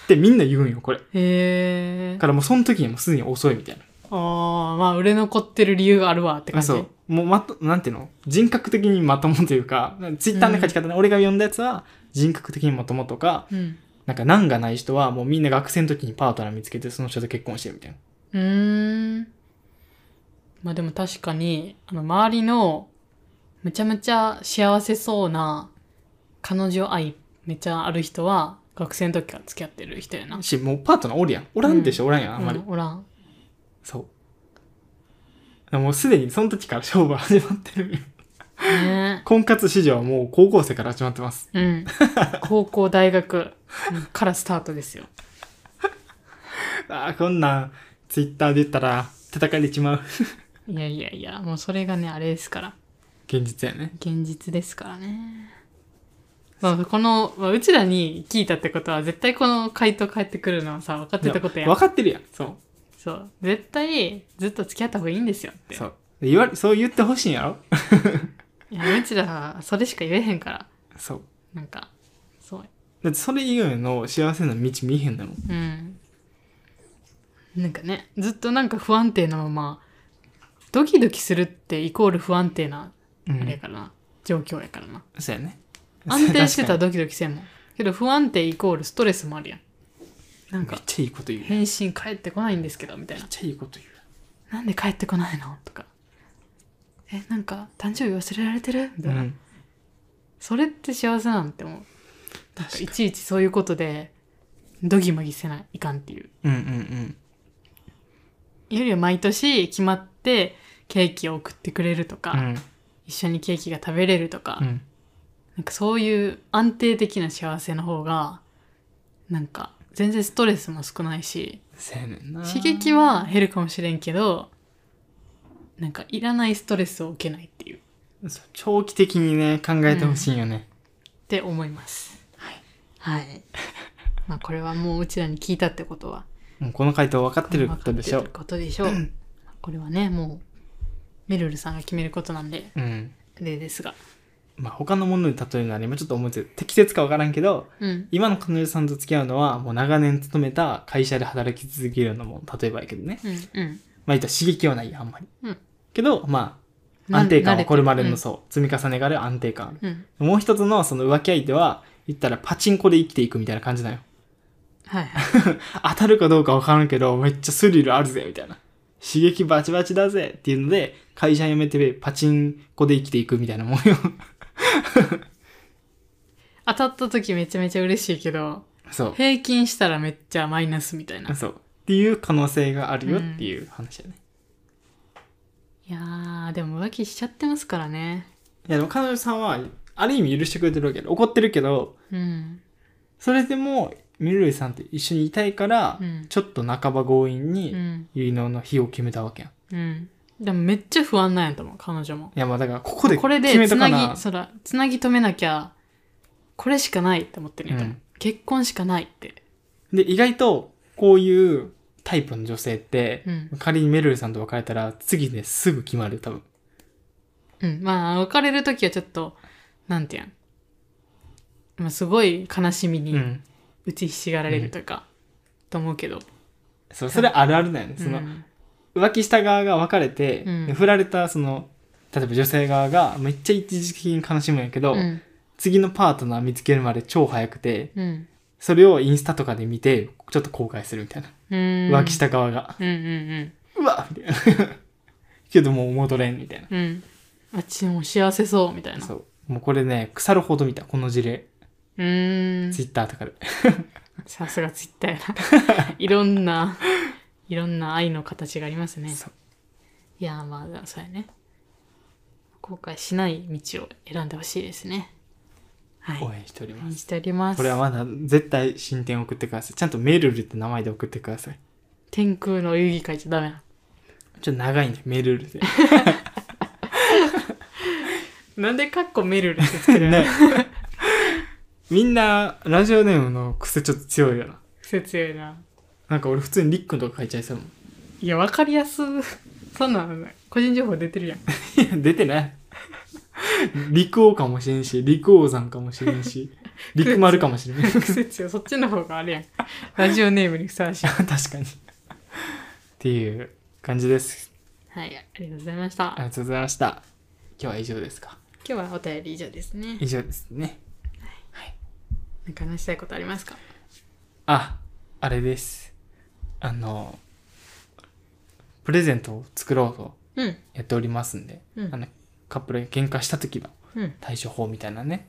S1: で、みんな言うんよ、これ。だ
S2: へえ
S1: か。らもうその時にはもうすでに遅いみたいな。
S2: ああ、まあ売れ残ってる理由があるわって感
S1: あ
S2: じ。
S1: そう。もうまと、なんていうの人格的にまともというか、ツイッターの書き方ね、俺が読んだやつは人格的にまともとか、
S2: うん。
S1: なんか難がない人はもうみんな学生の時にパートナー見つけてその人と結婚してるみたいな。
S2: うーん。まあでも確かに、あの周りのむちゃむちゃ幸せそうな彼女愛めちゃある人は学生の時から付き合ってる人やな。
S1: し、もうパートナーおるやん。おらんでしょ、おらんやん、あんまり。
S2: うんおらん。
S1: そう。だからもうすでにその時から勝負は始まってる。
S2: ね
S1: 婚活市場はもう高校生から始まってます。
S2: え。うん。高校、大学うんからスタートですよ。
S1: ああ、こんなん、ツイッターで言ったら叩かれちまう。
S2: いやいやいや、もうそれがね、あれですから。
S1: 現実やね。
S2: 現実ですからね。まあ、この、まあ、うちらに聞いたってことは、絶対この回答返ってくるのはさ、分かってたことやん
S1: 分。かってるやん。そう。
S2: そう。絶対、ずっと付き合った方がいいんですよって。
S1: そう。言われ、そう言ってほしいんやろ
S2: いや、うちらは、それしか言えへんから。
S1: そう。
S2: なんか、そう。
S1: だってそれ以外の幸せな道見えへんだもん。
S2: うん。なんかね、ずっとなんか不安定なまま、ドキドキするってイコール不安定な、
S1: う
S2: あれや
S1: ん。
S2: からな、状況やか らな。
S1: そうやね。
S2: 安定してた
S1: 確
S2: らドキドキせんもん。けど不安定イコールストレスもあるやん。なん
S1: かにめ
S2: か
S1: っ、ちゃいいこと言う。めっ
S2: 返信返ってこないんですけど、みたいな。
S1: ちゃいいこと言う。
S2: なんで帰ってこないのとか。え、なんか、誕生日忘れられてるみたいな。
S1: ん、
S2: それって幸せなんて思う。
S1: 確か
S2: い
S1: に。
S2: ちいちそういうことで、ドギマギせない、いかんっていう。
S1: うんうんうん。
S2: よりは毎年決まって、ケーキを送ってくれるとか、一緒にケーキが食べれるとか、
S1: うんうん、
S2: なんかそういう安定的な幸せの方が、なんか、全然ストレスも少ないし、
S1: せやねんな。
S2: 刺激は減るかもしれんけど、なんかいらないストレスを受けないっていう。
S1: そう長期的にね、考えてほしいよね。
S2: って思います。はい。はい。まあこれはもううちらに聞いたってことは。
S1: もうこの回答分かってることでしょ
S2: 分かってる。ことでしょう。これはね、もう、めるるさんが決めることなんで、
S1: うん。
S2: あれですが。
S1: まあ他のものに例えるなら今ちょっと思いつい適切か分からんけど、
S2: うん。
S1: 今の彼女さんと付き合うのはもう長年勤めた会社で働き続けるのも例えばやけどね。
S2: うん。うん。
S1: まあ言ったら刺激はないやんあんまり。
S2: うん
S1: けど、まあ
S2: な
S1: 安定感
S2: 慣れ
S1: は
S2: て
S1: これまでのそう、積み重ねがある安定感ある。
S2: うん。うん。
S1: もう一つのその浮気相手は、言ったらパチンコで生きていくみたいな感じだよ。
S2: はいはい。
S1: 当たるかどうかわからんけど、めっちゃスリルあるぜ、みたいな。刺激バチバチだぜっていうので、会社辞めてパチンコで生きていくみたいなもんよ。
S2: 当たった時めちゃめちゃ嬉しいけど、
S1: そ
S2: 平均したらめっちゃマイナスみたいな
S1: う。。そう。っていう可能性があるよっていう話だね。
S2: いやー、でも浮気しちゃってますからね。
S1: いや、でも彼女さんは、ある意味許してくれてるわけで、怒ってるけど、
S2: うん。
S1: それでも、みるるさんと一緒にいたいから、
S2: うん
S1: ちょっと半ば強引
S2: う
S1: に、
S2: ん。
S1: 結納の日を決めたわけやん。い
S2: うん。でもめっちゃ不安なんやと思う、彼女も。
S1: や、まあだから、ここで
S2: これ
S1: 決め
S2: で
S1: と
S2: つ
S1: か
S2: な
S1: な。
S2: ぎそらつなぎ止めなきゃこれしかないって思ってるんやと思う
S1: うん
S2: 結婚しかないって。
S1: で、意外と、こういうタイプの女性って、
S2: うん
S1: 仮にメルルさんと別れたら、次ですぐ決まる、多分。
S2: うん。まあ、別れるときはちょっと、なんていうん。まあ、すごい悲しみ
S1: う
S2: に
S1: ん。
S2: 打ちひしがられるというか、と思うけど。
S1: そうそれあるあるなんよね。その、
S2: うん
S1: 浮気した側が別れて、
S2: うん
S1: で振られた、その、例えば女性側がめっちゃ一時的に悲しむんやけど、
S2: うん。
S1: 次のパートナー見つけるまで超早くて、
S2: うん。
S1: それをインスタとかで見て、ちょっと後悔するみたいな。
S2: うん
S1: 浮気した側が、
S2: うんう
S1: う
S2: ん
S1: わみたいな。 けどもう戻れんみたい
S2: うん。うん。あっちも幸せそう、みたい
S1: な。
S2: な。
S1: そうう。もうこれね、腐るほど見た、この事例。
S2: ーん。
S1: ツイッターとかで。
S2: さすがツイッターや な。いろんな、いろんな愛の形がありますね。
S1: そう
S2: いやー、まあ、そうやね。後悔しない道を選んでほしいですね。はい。
S1: 応
S2: 応
S1: 援しておりま
S2: 援
S1: す。
S2: しております。
S1: これはまだ絶対進展送ってください。ちゃんとメルルって名前で送ってください。
S2: 天空の遊戯会じゃダメな
S1: ちょっと長いんで、メルルで。
S2: の。なんでカッコメルルってつけるの
S1: ねみんな、ラジオネームの癖ちょっと強いよな。
S2: 癖強いな。
S1: なんか俺普通にリックンとか書いちゃいそうもん
S2: いや、わかりやす。そんなん、個人情報出てるやん。
S1: いや。 出てない。陸王かもしれんし、陸王さんかもしれんし、陸丸かもしれん。
S2: 癖強い。そっちの方があれやん。ラジオネームにふさわしい。
S1: 確かに。っていう感じです。
S2: はい、ありがとうございました。
S1: ありがとうございました。今日は以上ですか
S2: 今日はお便り以上ですね。
S1: 以上ですね。
S2: なんか話したいことありますか
S1: あ、あれです。あの、プレゼントを作ろうと
S2: うん。
S1: やっておりますんで、
S2: うん
S1: あのカップルが喧嘩した時の
S2: うん。
S1: 対処法みたいなね。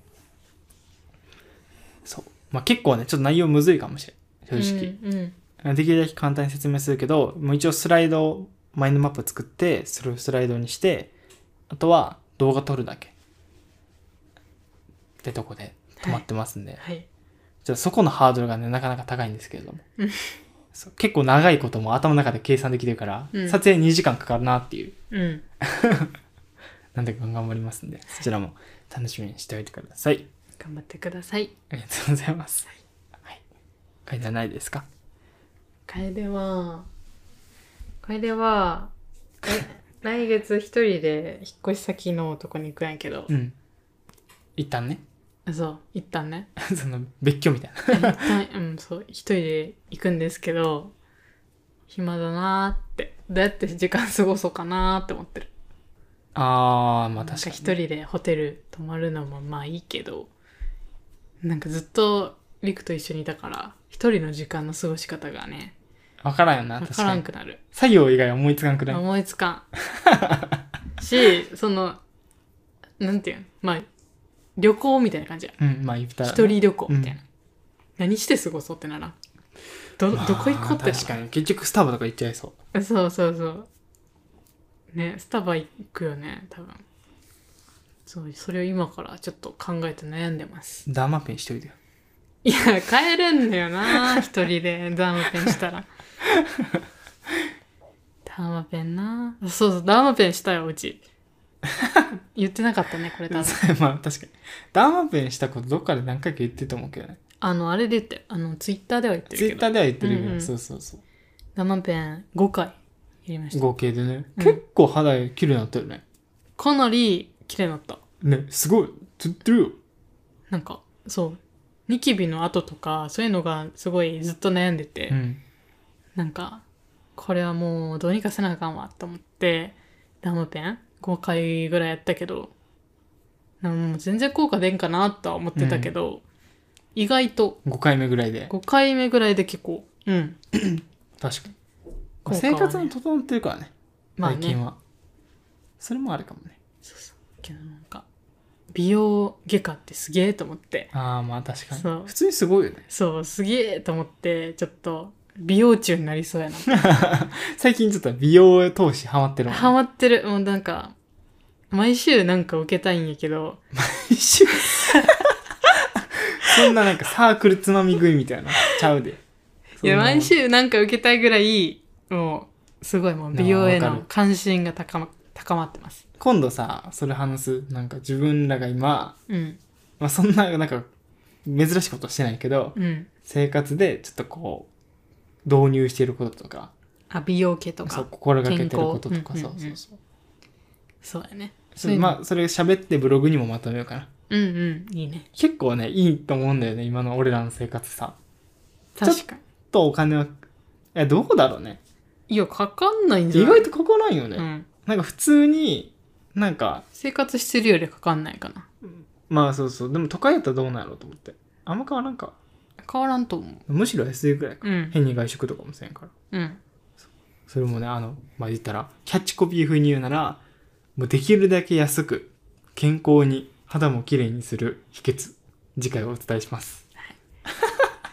S1: そう。まあ結構ね、ちょっと内容むずいかもしれん。正直。
S2: うん。うん
S1: できるだけ簡単に説明するけど、もう一応スライドを、マインドマップ作って、それをスライドにして、あとは動画撮るだけ。ってとこで止まってますんで。
S2: はい。
S1: じゃあそこのハードルがね、なかなか高いんですけれども。そう結構長いことも頭の中で計算できてるから、
S2: うん
S1: 撮影2時間かかるなっていう、
S2: うん。
S1: なんで頑張りますんで、そちらも楽しみにしておいてください。
S2: 頑張ってください。
S1: ありがとうございます。はい。書いてないですか
S2: 楓は、楓は、え、来月一人で引っ越し先のとこに行くんやけど
S1: う、ん。一旦ね、
S2: そう、一旦ね。
S1: その別居みたいな。
S2: 一旦、うん、そう、一人で行くんですけど、暇だなーって。どうやって時間過ごそうかなーって思ってる。
S1: あー、まあ
S2: なん
S1: 確
S2: か
S1: かに。
S2: 一人でホテル泊まるのもまあいいけどなんかずっとリクと一緒にいたから一人の時間の過ごし方がね
S1: わからんよな、
S2: 分
S1: 確
S2: から
S1: か
S2: ん
S1: に。
S2: くなる
S1: 作業以外思いつかんくらい。
S2: 思いつか んしそのなんていうんまあ旅行みたいな感じや
S1: うん、まあ言ったらね、
S2: 一人旅行みたいな、
S1: う
S2: 何して過ごそうってならんど
S1: まあ
S2: どこ行こうってならん
S1: 確かに。結局スタバとか行っちゃいそう。
S2: そうそうそう。ね、スタバ行くよね、多分。そう、それを今からちょっと考えて悩んでます。
S1: ダーマペンしといてよ。
S2: いや、帰れんだよな、 一人でダーマペンしたら。ダーマペンな。そうそう、ダーマペンしたよ、うち。言ってなかったね、これ多分。
S1: まあ確かに。ダーマペンしたことどっかで何回か言ってると思うけどね。
S2: あの、あれで言って、あの、ツイッターでは言って
S1: ツ
S2: る
S1: イ
S2: け
S1: ッター
S2: ど、
S1: では言ってるけど、
S2: うんうん
S1: そうそうそう。
S2: ダーマペン5回やりました。
S1: 合計でね。
S2: うん
S1: 結構肌綺麗になったよね。
S2: かなり綺麗になった。
S1: ね、すごい。つってるよ。
S2: なんか、そう。ニキビの後とか、そういうのがすごいずっと悩んでて、
S1: うん。
S2: なんか、これはもうどうにかせなあかんわと思って、ダムペン5回ぐらいやったけど、なんかもう全然効果出んかなとは思ってたけど、意外と
S1: 5回目ぐらいで。
S2: 5回目ぐらいで結構、うん。
S1: 確かに。
S2: 効果はね
S1: 生活も整ってるからね。
S2: まあ
S1: 最近
S2: ね、
S1: は。それもあるかもね。
S2: そうそうけどなんか、美容外科ってすげえと思って、
S1: ああ、まあ確かに
S2: そう。
S1: 普通にすごいよね。
S2: そう、すげえと思って、ちょっと美容中になりそうやな
S1: 最近ちょっと美容投資ハマってるもんね。
S2: ハマってる。もうなんか、毎週なんか受けたいんやけど、
S1: 一緒そんななんかサークルつまみ食いみたいな。ちゃうで。
S2: いや、
S1: そんなもん
S2: 毎週なんか受けたいぐらい、もう、すごいもう美容へ
S1: なあわか
S2: の
S1: る
S2: 関心が高ま、高まってます。
S1: 今度さ、それ話す。なんか自分らが今、
S2: うん。
S1: まあ、そんな、なんか、珍しいことはしてないけど、
S2: うん。
S1: 生活でちょっとこう、導入していることとか、
S2: あ、美容系と
S1: そう
S2: か。
S1: 心がけてることとか、
S2: 健
S1: そ
S2: 康
S1: うそうそう。
S2: そうやね。
S1: そうまあ、それ喋ってブログにもまとめようかな。
S2: うんうん。いいね。
S1: 結構ね、いいと思うんだよね、今の俺らの生活さ。ょ
S2: 確
S1: ちょ
S2: かに。
S1: っとお金は、え、どうだろうね。
S2: いや、かかんないんじゃ
S1: 意
S2: ない
S1: 外とかかないよね。
S2: うん。
S1: なんか普通に、なんか、
S2: 生活してるよりかかんないかな。
S1: まあそうそう、でも都会やったらどうなんやろうと思って。あんま変わらんか。
S2: 変わらんと思う。
S1: むしろ安いぐらいか。
S2: うん。
S1: 変に外食とかもせんから。
S2: うん。
S1: それもね、あの、まあ言ったら、キャッチコピー風に言うなら、もうできるだけ安く、健康に、肌も綺麗にする秘訣。次回お伝えします。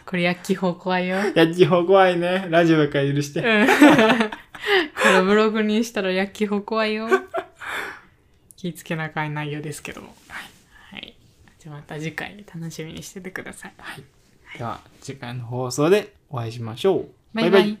S2: これ焼き方怖いよ。
S1: いや、地方怖いね。ラジオやから許して。
S2: うん これブログにしたら焼きほ怖いよ。気ぃつけなあかん内容ですけども。はい。じゃあまた次回楽しみにしててください。
S1: はい。では、次回の放送でお会いしましょう。
S2: バイバイ